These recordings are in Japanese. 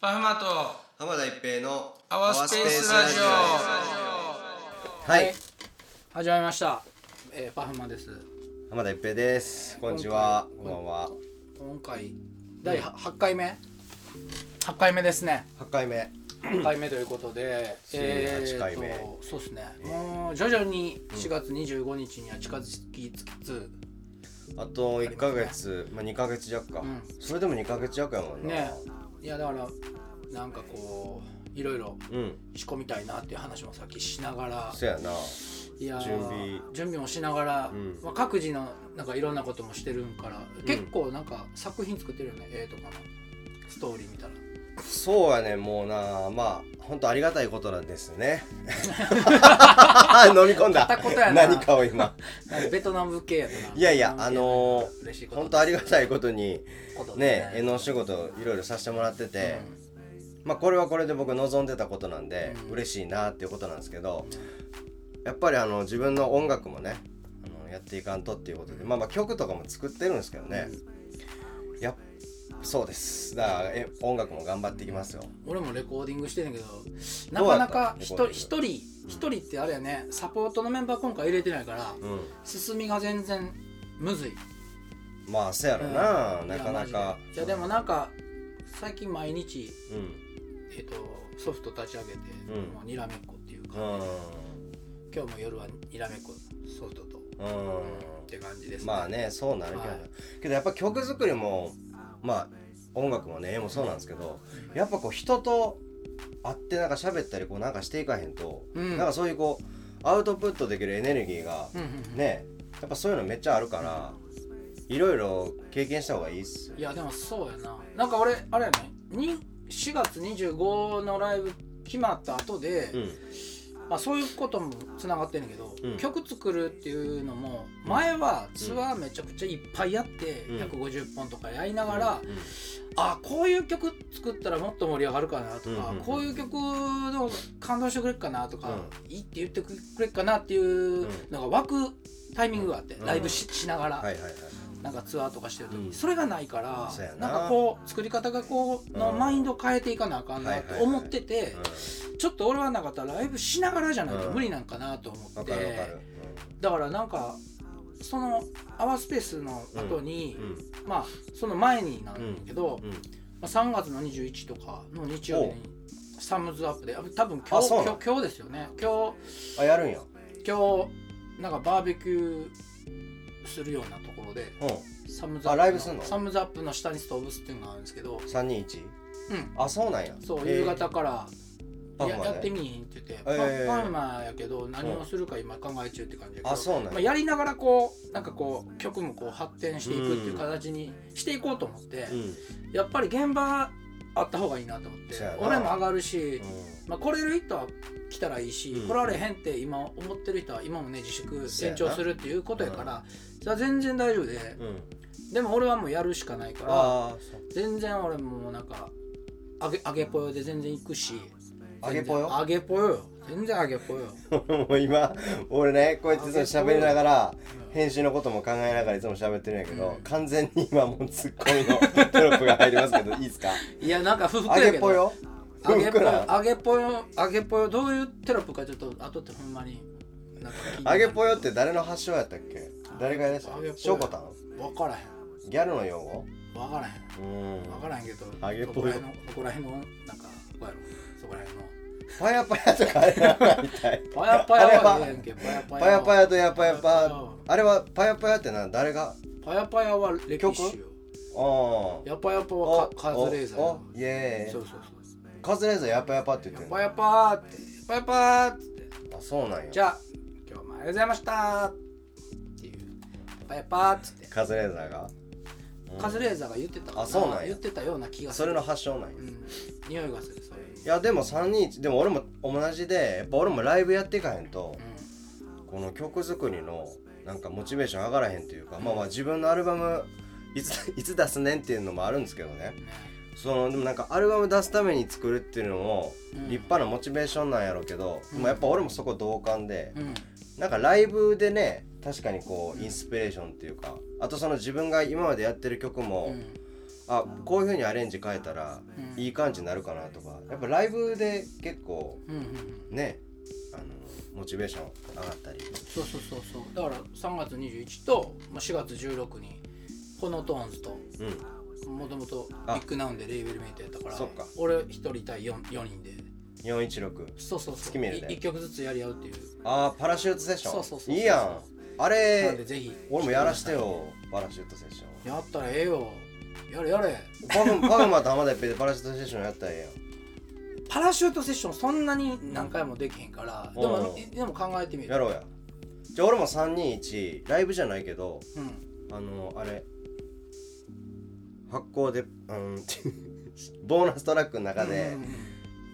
パフマと浜田一平のアワースペースラジオはい始まりました、えー、パフマです浜田一平ですこんにちはここんんばばんんは今回第は8回目8回目ですね8回目8回目ということで18回目えーとそうですねもう徐々に4月25日には近づきつつ、あと1ヶ月まあ2ヶ月弱かんそれでも2ヶ月弱やもんなねいやだからなんかこういろいろうん仕込みたいなっていう話もさっきしながらそやないやー準備準備もしながら、うんまあ、各自のなんかいろんなこともしてるんから、結構なんか作品作ってるよね絵とかのストーリー見たらそうやねもうなまあ本当ありがたいことなんです ね飲み込んだ片言やな何かを今なんかベトナム系やったな。 いやいやベトナあム系の嬉しいーこと本当ありがたいことにことだね絵のお仕事いろいろさせてもらってて、まあこれはこれで僕望んでたことなんで、うん嬉しいなっていうことなんですけどやっぱりあの自分の音楽もねあのやっていかんとっていうことで、まあまあ曲とかも作ってるんですけどね、やっそうですだからえ音楽も頑張っていきますよ俺もレコーディングしてんねんけどなどうやかったなかレコーディン一一グ人一人ってあれやねサポートのメンバー今回入れてないからうん進みが全然むずいまあせやろな、うんなかないやマかジでいやでもなんか最近毎日、うんえっとソフト立ち上げて、うんもうにらめっこっていううか、ん今日も夜はにらめっこソフトと、うんって感じです、まあねそうなるけど、はいけどやっぱ曲作りもまあ音楽もね絵もそうなんですけどやっぱこう人と会ってなんか喋ったりこうなんかしていかへんと、うんなんかそういうこうアウトプットできるエネルギーがうんうんうんねやっぱそういうのめっちゃあるからいろいろ経験した方がいいっすよいやでもそうやななんか俺あれやねに4月25のライブ決まった後で、うんまあ、そういうこともつながってんねんけど、うん曲作るっていうのも前はツアーめちゃくちゃいっぱいやって、うん150本とかやりながら、うんあこういう曲作ったらもっと盛り上がるかなとか、うんうんこういう曲の感動してくれっかなとか、ういいって言ってくれっかなっていうのが湧くタイミングがあって、うんライブししながら、はいはいはいなんかツアーとかしてる時、うんそれがないからそうやななんかこう作り方がこうのうんマインド変えていかなあかんなと思ってて、ちょっと俺はなんかライブしながらじゃないと無理なんかなと思わ、うん、わっかて、るわかる、だからなんかそのアワースペースの後に、うんまあその前になんだけど、うんうんまあ、3月の21とかの日曜日にサムズアップであ多分今あ日そうな今の日今日ですよね今あやるんや日今日なんかバーベキューするようなところでうサムズアップあライブすんのサムズアップの下にストーブスっていうのがあるんですけどん321うんあそうなんやそうへえ夕方からパや,、フマねやってみいひんって言って、パええパーマやけど何をするか今考え中って感じやけどあそうなんまあ、や、やりながらこうなんかこう曲もこう発展していくっていう形にしていこうと思って、うんやっぱり現場あった方がいいなと思ってそうやな俺も上がるし、うまあ、来れる人は来たらいいし、うん来られへんって今思ってる人は今もね自粛そうや延な長するっていうことやから、じゃあ全然大丈夫でん、うん、でも俺はもうやるしかないからああそう全然俺もなんか揚げ揚げぽよで全然行くし揚げぽよ揚げぽよよ全然揚げぽよよもう 今俺ねこうやってそう喋りながら編集のことも考えながらいつも喋ってるんやけど、うん完全に今もうツッコミのテロップが入りますけどいいです かいやなんか不服揚やげけぽどよ揚げぽふっくよら揚げぽよ揚げぽよどういうテロップかちょっと後ってほんまになんか聞い揚げぽよよって誰の発祥やったっけ誰が言い出し揚げぽよたしょうこたん分からへギャルの用ん語分からへんうん分からへんけど揚げそぽこよら辺のそこら辺のなんかこうやろそこら辺のパヤパヤとかあれなんみたい パヤパあれヤはは言えんけパヤパパヤヤパヤヤとやパヤパヤあれはパヤパヤってな誰がパヤパヤはレキシよああやぱやぱはカカズレーザーおイエーそうイそうカズレーザーやパヤパって言っそてうんのパヤパーってパヤパーってあそうなんやじゃあ今日もありがとうございましたっていうパヤパーっつってカズレーザーがカズレーザーが言ってたかあそうなんや言ってたような気がすそるれの発祥なんやうん匂いがするそういういやでも321でも俺も同じでやっぱ俺もライブやっていかへんとこの曲作りのなんかモチベーション上がらへんというかまあまあ自分のアルバムいつ いつ出すねんっていうのもあるんですけどねうんねそのでもなんかアルバム出すために作るっていうのもうん立派なモチベーションなんやろうけど、うんでもやっぱ俺もそこ同感でうんなんかライブでね確かにこうインスピレーションっていうかあとその自分が今までやってる曲も、うんあこういう風にアレンジ変えたらうんいい感じになるかなとかやっぱライブで結構うんうんうんねあのモチベーション上がったりそうそうそうそうだから3月21とまあ4月16にこのトーンズとうんもともとビあッグナウンでレーベルメイトやったからそっか俺1人対 4, 4人で416そうそうそ月う見るね1曲ずつやり合うっていうああパラシュートセッションそうそうそうそういいやんなんあでれぜひ俺もやらしてよパラシュートセッションやったらええよやれやれ パフパフマと浜田一平でパラシュートセッションやったらえパラシュートセッションそんなに何回もできへんからでもうんでも考えてみえるやんやろうやじゃあ俺も321ライブじゃないけどうんあのあれ発行で、うん、 ボーナストラックの中うでんうんうん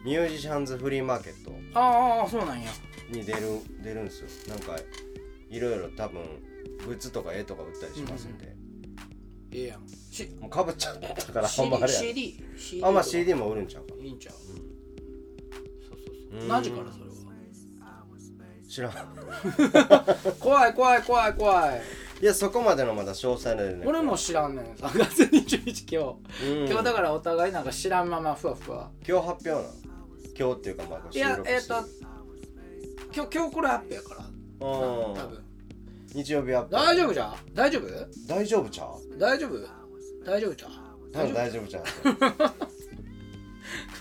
ミュージシャンズフリーマーケットああそうなんやに出る出るんですよなんかいろいろ多分グッズとか絵とか売ったりしますんで、ええやんしもうかぶっちゃったからあんまあれ CD やね CD, CD あんまあ CD も売るんちゃうかいいんちゃうそうそうそうんう何時からそれは知らん怖い怖い怖い怖いいやそこまでのまだ詳細でね俺も知らんねん3月21今うん日今日だからお互いなんか知らんままふわふわ今日発表なの今日っていうかまあい収や録えっしてとる今日今日これアップやから多うん分日曜日アップ大丈夫じゃん大丈夫大丈夫ちゃう大丈夫大丈夫じゃん多大丈分大丈夫ちゃ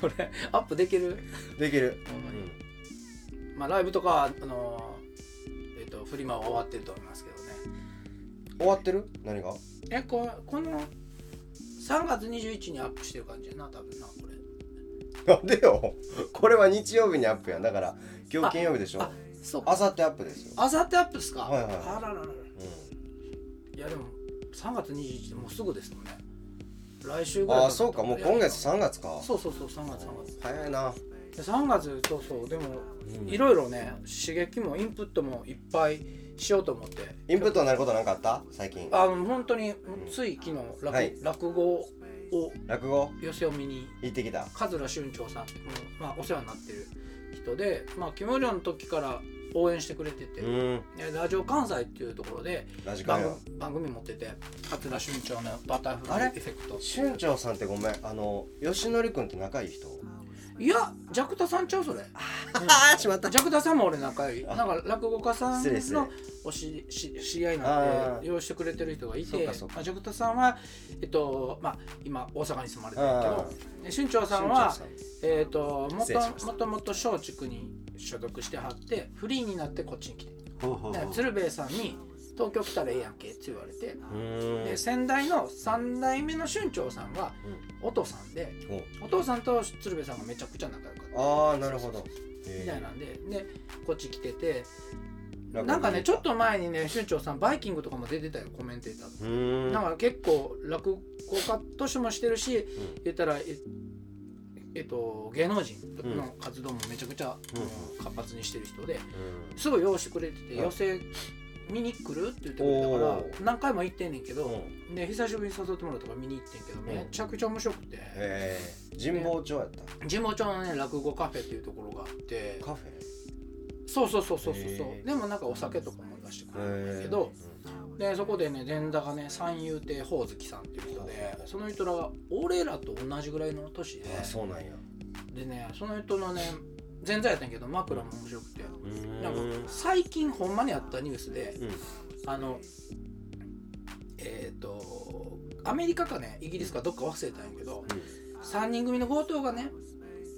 夫これアップできるうできるほんまうにんまあライブとかあのーえっとフリマは終わってると思いますけどね終わってる何が えここの3月21日にアップしてる感じやな多分なこれなんでよこれは日曜日にアップやんだから今あ日金曜日でしょあそうあかさってアップですよ、あさってアップですか、はいはいはいあららららういやでも3月21日ってもうすぐですもんね来週ん、ぐらいああそうかもう今月3 3月かそうそうそう3月3月早いな、で3月そうそうでもうんいろいろね刺激もインプットもいっぱいしようと思ってインプットになることなんかあった最近あの本当につい昨日落,、はい落語を落語寄せを見に行ってきた桂春長さん、うんまあ、お世話になってる人で、まあ、キム・リョンの時から応援してくれてて、うんでラジオ関西っていうところでラジカ番ンや組番組持ってて桂春長のバタフライエフェクト春長さんってごめんあの吉典君と仲いい人いやジャクタさんちゃうそれああしまっジャクタさんも俺仲いいなあんか落語家さん失礼失礼のおしし知り合いなんあーで用意してくれてる人がいそてうかそうかまあ、ジャクタさんは、えっとまあ、今大阪に住まれてるあけどで春長さん春長はさんえー、とも失礼しとましたもともと松竹に所属してはってフリーになってこっちに来てほうほうだから鶴瓶さんに「東京来たらええやんけ」って言われてうーでん先代の3代目の春長さんはうお父さんでほうお父さんと鶴瓶さんがめちゃくちゃ仲良かったああなるほどみたいえなんででこっち来てて落語なんか見ねに行ちったょっと前にね春長さん「バイキング」とかも出てたよコメンテーターとーうーんだから結構落語家としてもしてるし、ん言ったらええっと芸能人の活動もめちゃくちゃ、うんもう活発にしてる人でうんすぐ用意してくれててうん寄席見に来るって言ってくれたおからー何回も行ってんねんけうど、んで久しぶりに誘ってもらったから見に行ってんけどんめちゃくちゃ面白くて、えー神保町やった神保町のね落語カフェっていうところがあってカフェそうそうそうそうそうそう、へーでもなんかお酒とかも出してくれるんだえけーど、でそこでね前座がね三遊亭宝月さんっていう人でその人らが俺らと同じぐらいの年であそうなんやでねその人のね前座やったんやけど枕も面白くてうーんなんか最近ほんまにあったニュースでうんあのえっ、とアメリカかねイギリスかどっか忘れたんやけど3人組の強盗がね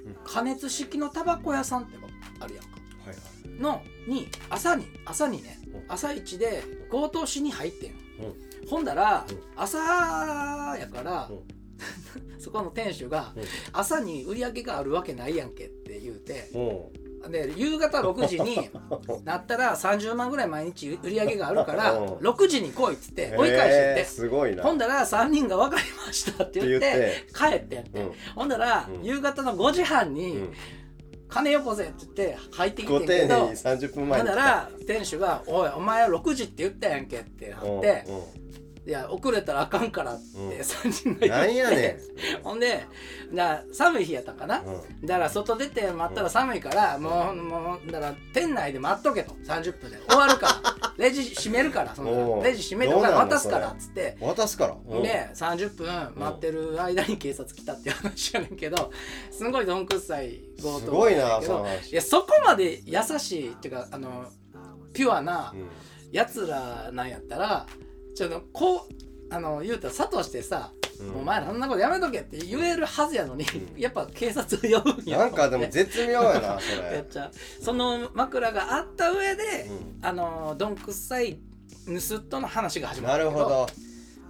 うん加熱式のタバコ屋さんってあるやんかはいはいのに朝に朝にねうん朝一で強盗しに入ってん、ほんだら、うん朝やから、 そこの店主が、うん朝に売り上げがあるわけないやんけって言うておで夕方6時 になったら30万ぐらい毎日売り上げがあるからうん6時に来いっつって追い返えしてっーて、すごいなほんっだら3人が分かりましたって言って帰ってんて、うんほんだら、うん夕方の5時半に、うん金よこせって言って入ってきてごん丁け寧どに30分前ほんだにら店主が「おいお前は6時って言ったやんけ」ってなうんって「いや遅れたらあかんから」ってうん3人がうん言って、なんやねほんでな寒い日やったんかな、んうんだから外出て待ったら寒いから、もうもうだから店内で待っとけと30分で終わるから レジ閉めるからそんおなうレジ閉めてからどうなの渡すからっつって渡すからうんで30分待ってる間に警察来たっていう話やねんけど すごいどんくさい強盗すごいやなけそのどい話やそこまで優しいっていうかあのピュアなうんやつらなんやったらちょっとこうあの言うたら佐藤してさ、うんお前らそんなことやめとけって言えるはずやのに、 やっぱ警察を呼ぶんやなんかでも絶絶妙やなそ対やれっちゃうその枕があった上で、うんあのどんくっさい盗っ人の話が始まなったけるどほど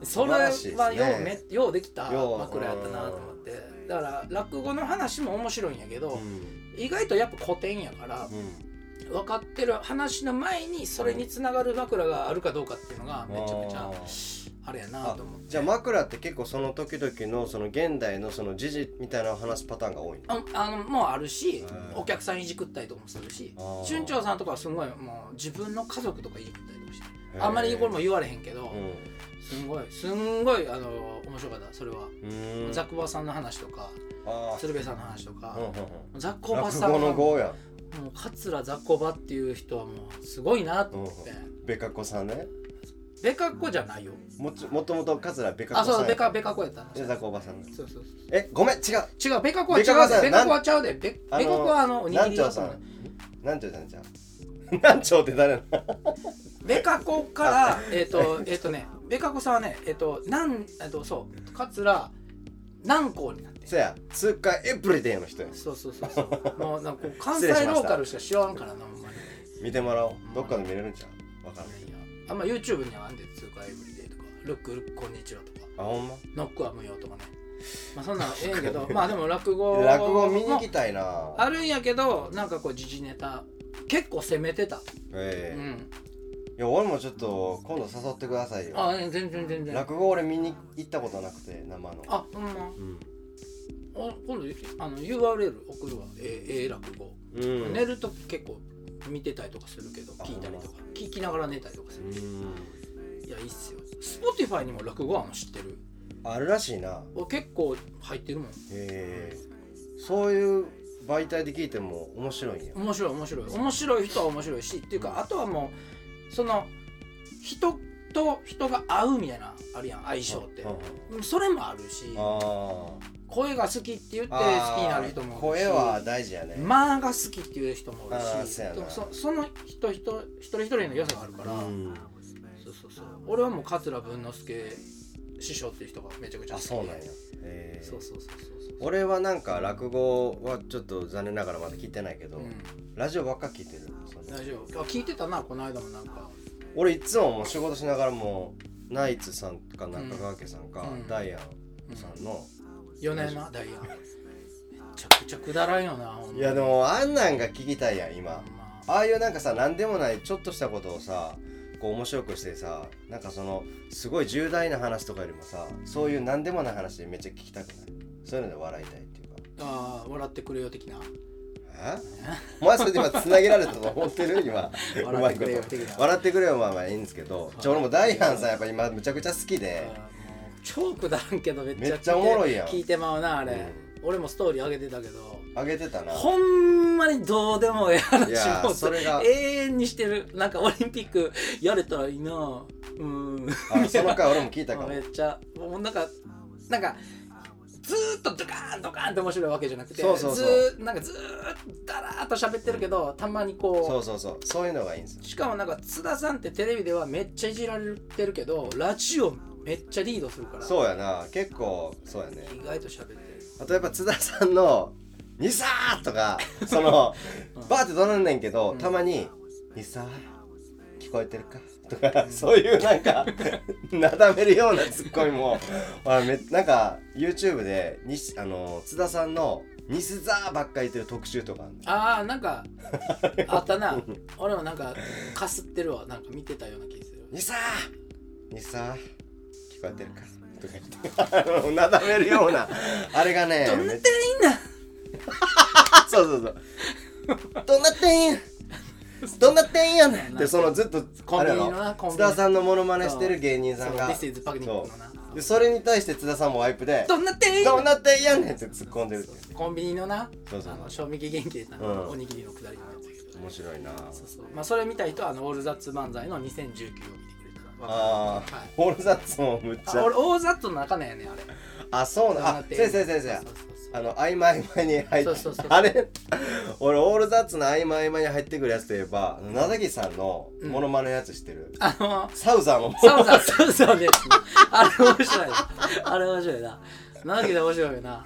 それ素晴はらしいでよう,、すねめようできたよう枕やったなと思ってだから落語の話も面白いんやけど、うん意外とやっぱ古典やからうん分かってる話の前にそれにつながる枕があるかどうかっていうのがめちゃめちゃあーあれやなと思ってじゃあ枕って結構その時々のその現代のその時事みたいなのを話すパターンが多いのああのもうあるしうんお客さんいじくったりとかもするしあー春長さんとかはすごいもう自分の家族とかいじくったりとかしてあんまりこれも言われへんけどうんすんごいすんごいあの面白かったそれはうーんザクバさんの話とかあー鶴瓶さんの話とかうんうんうんザコバさ落ん語はのも語やんう桂ザコバっていう人はもうすごいなと思ってベカ子さんねベカっ子じゃないよもちもともと桂ベカ子あさんそうベカベベカっ子やったのザコおばさんそうそうそうえごめん違う違う、ベカコは違うで、ベカベカココははちゃうで、ベベカあのコはあのおにぎ南りだ朝と思さうん南朝さんじゃん 南朝って誰なのベカコから、え っと、えっとね、ベカコさんはね、えっと、なん、えっと、そう、桂南光になってる。そや通貨エプリデイの人やそうそうそう そう。もうなんかこう関西失礼しまロしたーカルしか知らんからな、ほんまに。見てもらおうどっかで見れるんちゃうわかんないけどあんま YouTube にはあんで、通貨エブリデイとか、ルックルックこんにちはとか、あほんまノックは無用とかね。まあそんなんええんやけど、まあでも落語落語見にも行きたいなあるんやけど、なんかこう時事ネタ、結構攻めてた。うええん。いや俺もちょっと今度誘ってくださいよあ、全然全然。落語俺見に行ったことなくて生のあ、ほんま。うんお今度あの URL 送るわええええ落語、うん寝るとき結構見てたりとかするけど聞いたりとか聞きながら寝たりとかすうる、んいやいいっすよ Spotify にも落語案知ってるあるらしいなお結構入ってるもんへえそういう媒体で聞いても面白いんや面白い面白い面白い人は面白いしっていうかあとはもうその人と人が合うみたいなあるやん相性ってうんうんそれもあるしあ声が好きって言って好ーきあになる人もーおるし声は大事やね間が好きっていう人もおるあーしそうやなそその人人一人一人の良さがあるから、うんそうそうそう俺はもう桂文之助師匠っていう人がめちゃくちゃあ好きでそうなんやへえそうそうそうそう俺はなんか落語はちょっと残念ながらまだ聞いてないけど、そう、うん、ラジオばっか聞いてるそんな大丈夫あ聞いてたなこの間もなんか俺いつももう仕事しながらもうナイツさんか中川家さんか、うんダイアンさんの、 4年なダイヤめちゃくちゃくだらんよなほんまいやでもあんなんが聞きたいやん今ほんまああいうなんかさ何でもないちょっとしたことをさこう面白くしてさなんかそのすごい重大な話とかよりもさそういう何でもない話でめっちゃ聞きたくないそういうので笑いたいっていうかあー笑ってくれよ的なえお前それで今つなげられたと思って る今う笑まっいてこくれよと的な笑ってくれよまあまあいいんですけどちょ俺もダイアンさんやっぱ今むちゃくちゃ好きあでーもう超くだらんけどめっちゃ聞いてめっちゃおもろいやん聞いてまうなあれ、う俺もストーリー上げてたけどあげてたなほんまにどうでもええいや話ーをそれが永遠にしてるなんかオリンピックやれたらいいなぁうーんあその回俺も聞いたかもめっちゃもうなんかなんかずーっとドカーンドカーンって面白いわけじゃなくてそうそうそうずーなんかずーっとだらーっと喋ってるけど、たまにこうそうそうそうそういうのがいいんですよしかもなんか津田さんってテレビではめっちゃいじられてるけどラジオめっちゃリードするからそうやな結構そうやね意外と喋ってるあとやっぱ津田さんの「にさー!」とかそのバーってどなんねんけど、うんたまに「にさー聞こえてるか?」とか、そういうなんか なだめるようなツッコミもあめなんか YouTube でにあの津田さんの「にすざー」ばっかり言ってる特集とかあんねんああなんかあったな俺もなんかかすってるわなんか見てたような気がするにさーにさー聞こえてるか?」とか言ってあのなだめるようなあれがねどんなめっちゃ店員なん そうそうそう。どんな店 員どんな店員やねんってそのずっとコンビニのなあれやろコンビニ津田さんのモノマネしてる芸人さそんうが This is p a c k i n のなでそれに対して津田さんもワイプでどんな店「員どんな店員やねん!」って突っ込んでるっていうコンビニのなそうそうあの賞味期限切れたうんおにぎりのくだりのやつだけど面白いなそうそうまあ、それ見た人はあのオールザッツ漫才の2019を見てくれたらあかる、はい、オールザッツもむっちあゃ俺オールザッツの中なんやねんあれあそうなあ先生先生そうそうそうあの合間合間に入ってそうそうそうあれ俺オールザッツの合間合間に入ってくるやつといえば名崎さんのモノマネのやつ知ってる、あのサウザーのモノサウザーサウザーのやつねあれ面白いなあれ面白いななんで面白いよな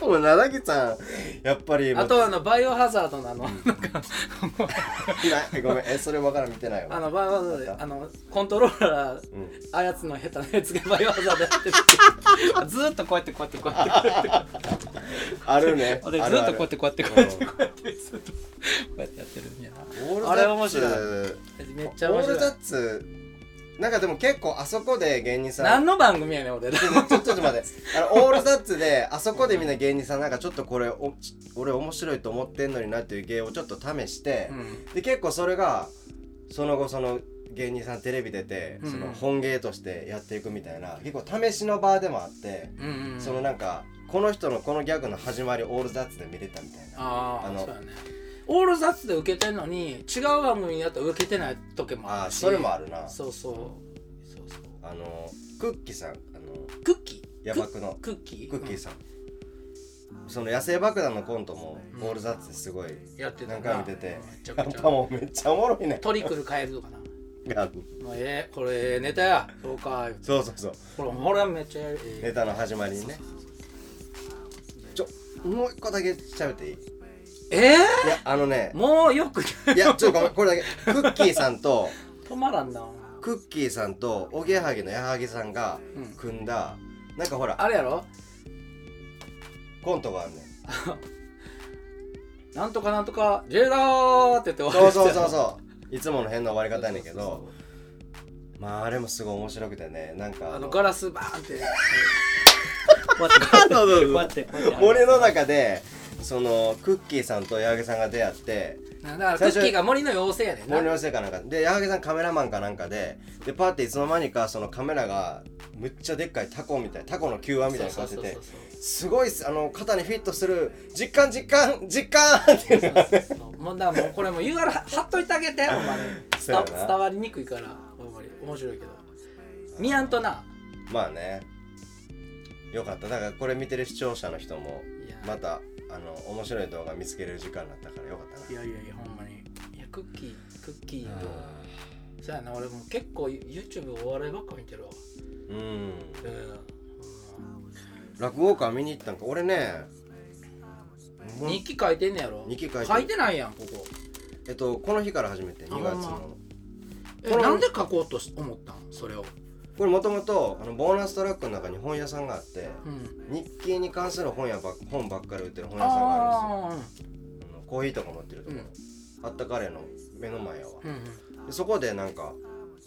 もう名崎さんやっぱりもうあとあのバイオハザードのあのなんかなごめんえそれ分からん見てないわあのバイオハザードであのコントローラーうん、操つの下手なやつがバイオハザードやってるっていうずーっとこうやってこうやってこうやってある ね俺あずるっあとるこうやってこうやってこうやってこうやってずっとこうやってやってるんやなオールザッツあれ面白めっちゃオ面ール白ザいッツなんかでも結構あそこで芸人さん何の番組やねん俺らちょちょちょっと待ってあのオールザッツであそこでみんな芸人さんなんかちょっとこれおち俺面白いと思ってんのになっていう芸をちょっと試してう、んで結構それがその後その芸人さんテレビ出てうんその本芸としてやっていくみたいな結構試しの場でもあって、うんうんそのなんかこの人のこのギャグの始まりオールザッツで見れたみたいなあああのそうやねオールザッツで受けてんのに違う番組だと受けてない時もああるーしそれもあるなそうそうそうそうあのクッキーさんあのクッキーヤバくのクッキークッキーさん、その野生爆弾のコントもうんオールザッツですごい、うんやってた何回も出てめちゃやくち っぱゃもうめっちゃおもろいねトリクル変えるとかなもうええこれええネタやそうか言うてそうそうそうほらほらめっちゃやるええネタの始まりにねちょもう一個だけ喋っていいいえやあのねえもうよくいやちょっとごめんこれだけクッキーさんと止まらんなクッキーさんとおぎやはぎの矢作さんがうん組んだ、なんかほらあれやろコントがある ねんなんとかなんとかジェラーって言って終わそうるそうそううそういつもの変な終わり方やねんけどまああれもすごい面白くてねなんかあののガラスバーンってこうやってこうやってそうそうそうこうやってこうやって森の中でそのクッキーさんと矢作さんが出会ってなんだからクッキーが森の妖精やねんな森のせかなんかで矢作さんカメラマンかなんかででパーっていつの間にかそのカメラがむっちゃでっかいタコみたいタコの球腕みたいにそなうっそてうそうてそうすごいっすあの肩にフィットする実感実感実感っていうのがそうそうもうだからもうこれもう URL 貼っといてあげてほんまにそうや伝な伝わりにくいからほんまに面白いけど見やんとなまあねよかっただからこれ見てる視聴者の人もいやまたあの面白い動画見つけれる時間だったからよかったないやいやいやほんまにいやクッキークッキーとあそうやな俺も結構 YouTube お笑いばっか見てるわーうんうん落語家見に行ったんか俺ねもう日記書いてんねやろ日記書いてる書いてないやんここえっとこの日から始めてあ2月ほんのえこれなんで書こうとし思ったんそれをこれもともとあのボーナストラックの中に本屋さんがあってうん日記に関する本屋ばっ本ばっかり売ってる本屋さんがあるんでああすよあのコーヒーとか持ってるところ、あったかれの目の前やわーうんうんでそこでなんか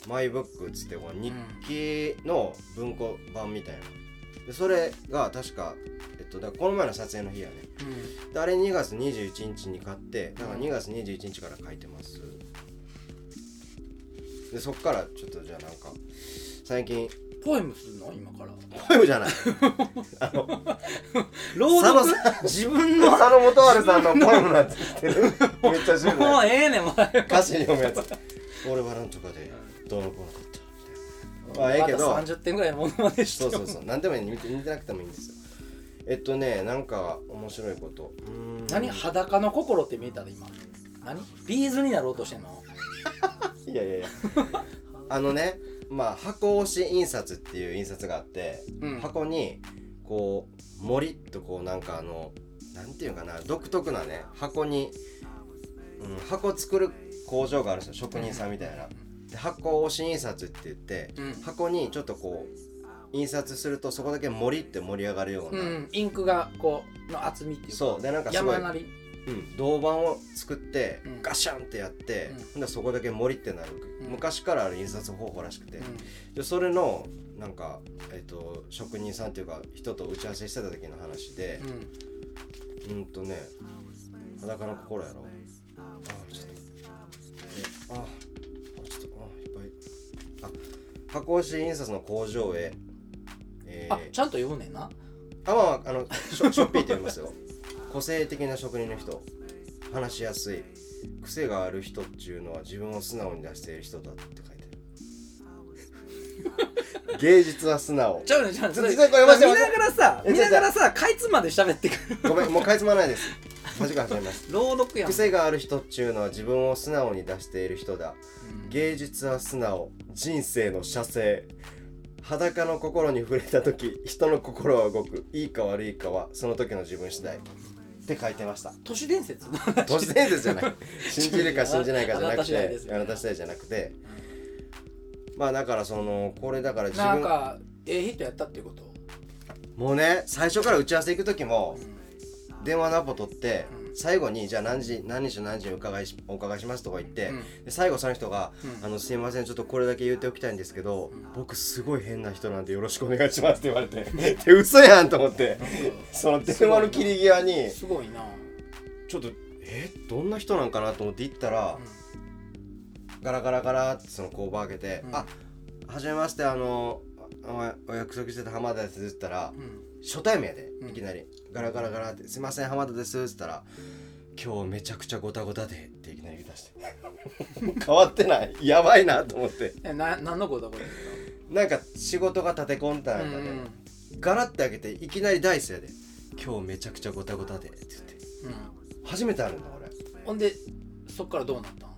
マイブックっつってこう日記の文庫版みたいなでそれが確か、えっと、だからこの前の撮影の日やねであれ2月21日に買ってだから2月21日から書いてますでそっからちょっとじゃあなんか最近うんポエムするの今からポエムじゃ ないあの朗読佐野さん自分の佐野元春さんのポエムなんて言ってる めっちゃ渋もいうええねんお前歌詞に読むやつ俺はなんとかでどうのこうのだったまあええけど まだ30点ぐらいのものまでしそうてそもうそう何でもいい見て見てなくてもいいんですよえっとねなんか面白いことうーん何裸の心って見えたら今何ビーズになろうとしてんのいやいや いやあのねまあ箱押し印刷っていう印刷があって、うん箱にこうもりっとこうなんかあのなんていうかな独特なね箱に、うん、箱作る工場があるんですよ職人さんみたいな。で箱押し印刷って言って、うん箱にちょっとこう印刷するとそこだけもりって盛り上がるよううな、うんんインクがこうの厚みっていうかそうでなんかすごい山なり銅板を作ってうんガシャンってやって、うんほんでそこだけもりってなる、うん昔からある印刷方法らしくて。うでそれのなんか、えっと職人さんっていうか人と打ち合わせしてた時の話でんうんうんとね裸の心やろあーちょっとえあーちょっとあーいっぱいあ箱押し印刷の工場へえーあちゃんと読むねんなあまあまああのショショッピーって言いますよ個性的な職人の人話しやすい癖がある人っていうのは自分を素直に出している人だって書いてある芸術は素直ちゃうねちゃうねちょそれちょっとこれ待って見ながらさえ見ながらさかいつまで喋ってくるごめんもうかいつまらないですマジか始めます朗読やん、癖がある人っちゅうのは自分を素直に出している人だうん芸術は素直人生の写生裸の心に触れた時人の心は動くいいか悪いかはその時の自分次第って書いてました都市伝説都市伝説じゃない 信じるか信じないかじゃなあくなた次第てですあなた次第じゃなくてまあだからそのこれだから自 なん分かええヒットやったっていうこともうね最初から打ち合わせ行く時もうん電話のアポ取ってうん最後にじゃあ何時何日何時にお伺いしお伺いしますとか言ってうんで最後その人がうんあのすいませんちょっとこれだけ言っておきたいんですけどうん僕すごい変な人なんでよろしくお願いしますって言われて で嘘やんと思ってその電話の切り際にすごいな、ちょっとえどんな人なんかなと思って行ったらうガラガラガラってその工場開けてう「んあはじめましてあのおお約束してた浜田です」って言ったらんうん初対面やでうんいきなりガラガラガラって「すいません浜田です」って言ったら「今日めちゃくちゃごたごたで」っていきなり言い出して 変わってないやばいなと思ってえな何のことだこれなんか仕事が立て込んだうん中でガラって開けていきなりダイスやで「今日めちゃくちゃごたごたで」って言ってうん初めてあるんだ俺ほんでそっからどうなったん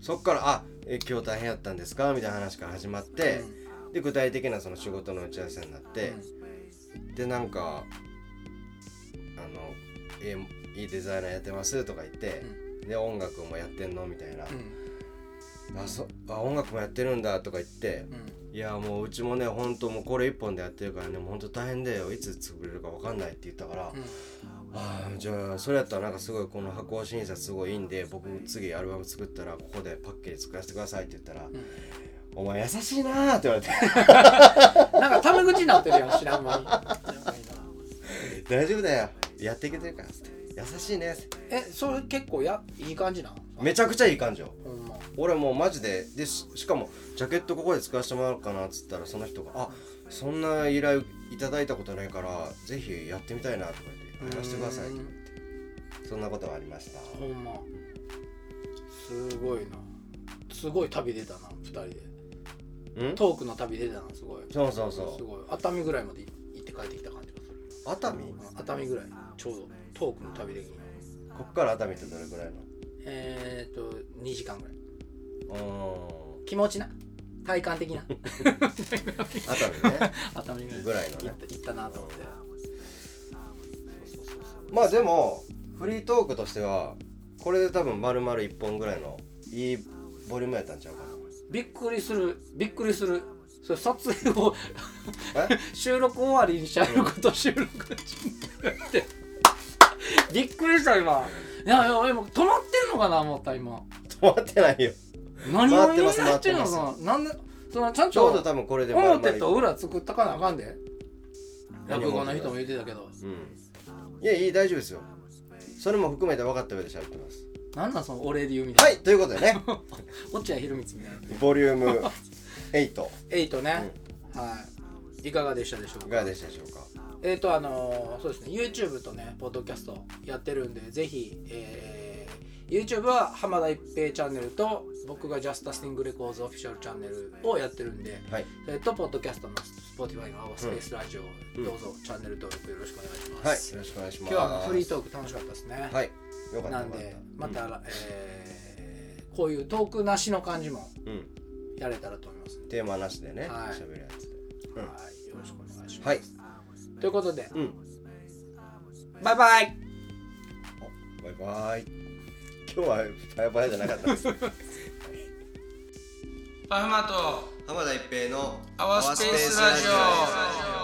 そっから「あえ今日大変やったんですか?」みたいな話から始まって、で具体的なその仕事の打ち合わせになって、でなんかあのえいいデザイナーやってますとか言って、で音楽もやってんのみたいな、うんあそあ音楽もやってるんだとか言って、うんいやもううちもねほんともうこれ一本でやってるからねもうほんと大変だよいつ作れるか分かんないって言ったから、うんあーじゃあそれやったらなんかすごいこの発行審査すごいいいんで僕次アルバム作ったらここでパッケージ作らせてくださいって言ったら「んお前優しいな」って言われてうんなんかタメ口になってるやん知らん間に やばいな「大丈夫だよやっていけてるから」って「優しいね」ってえそれ結構やいい感じなんめちゃくちゃいい感情ほんま俺もうマジででししかもジャケットここで使わせてもらおうかなっつったらその人が「あそんな依頼いただいたことないからぜひやってみたいな」とか言って「やらせてください」とか言ってそんなことがありましたほんますごいなすごい旅出たな2人でうんトークの旅出たなすごいそうそうそすうごい熱海ぐらいまで行って帰ってきた感じがする熱海熱海ぐらいちょうどトークの旅できるこっから熱海ってどれぐらいのえー、っと2時間ぐらいうーん気持ちな体感 的な熱海ね 熱海ぐらいの行ねった行ったなと思ってそうそうそうそうまあでもフリートークとしてはこれで多分丸々1本ぐらいのいいボリュームやったんちゃうかびっくりするびっくりするそれ撮影をなえ 収録終わりにしゃべること収録中にやってびっくりした今いやいや今止まってんのかな思った今止まってないよ何を回ってますやってんの回かななんでそのちゃんちょうとど多分これで丸々表と裏作ったかなあかんで何落を語の人も言ってたけどうんいやいい大丈夫ですよそれも含めて分かった上で喋ってますなんなんそのお礼で言うみたはいいということ でねな落合博満みたいなボリューム8 8ね、はいいかがでしたでしょうかがでしたでしょうかえーとあのーそうですね YouTube とねポッドキャストやってるんでぜひ、えー YouTube は浜田一平チャンネルと僕がジャスタスティングレコーズオフィシャルチャンネルをやってるんではいそれとポッドキャストの Spotify のスペースラジオ、うんどうぞチャンネル登録よろしくお願いしまはいす、よろしくお願いしま今す日はあのフリートーク楽しかったですね、はいよかったなんでよかったまた、えーこういうトークなしの感じもうんうんやれたらと思いますんで、テーマなしでねはい喋るやつでうんはいよろしくお願いします、はいということでうんバイバイバイバイ今日はバイバイじゃなかったですパフマと浜田一平のアワースペースラジオ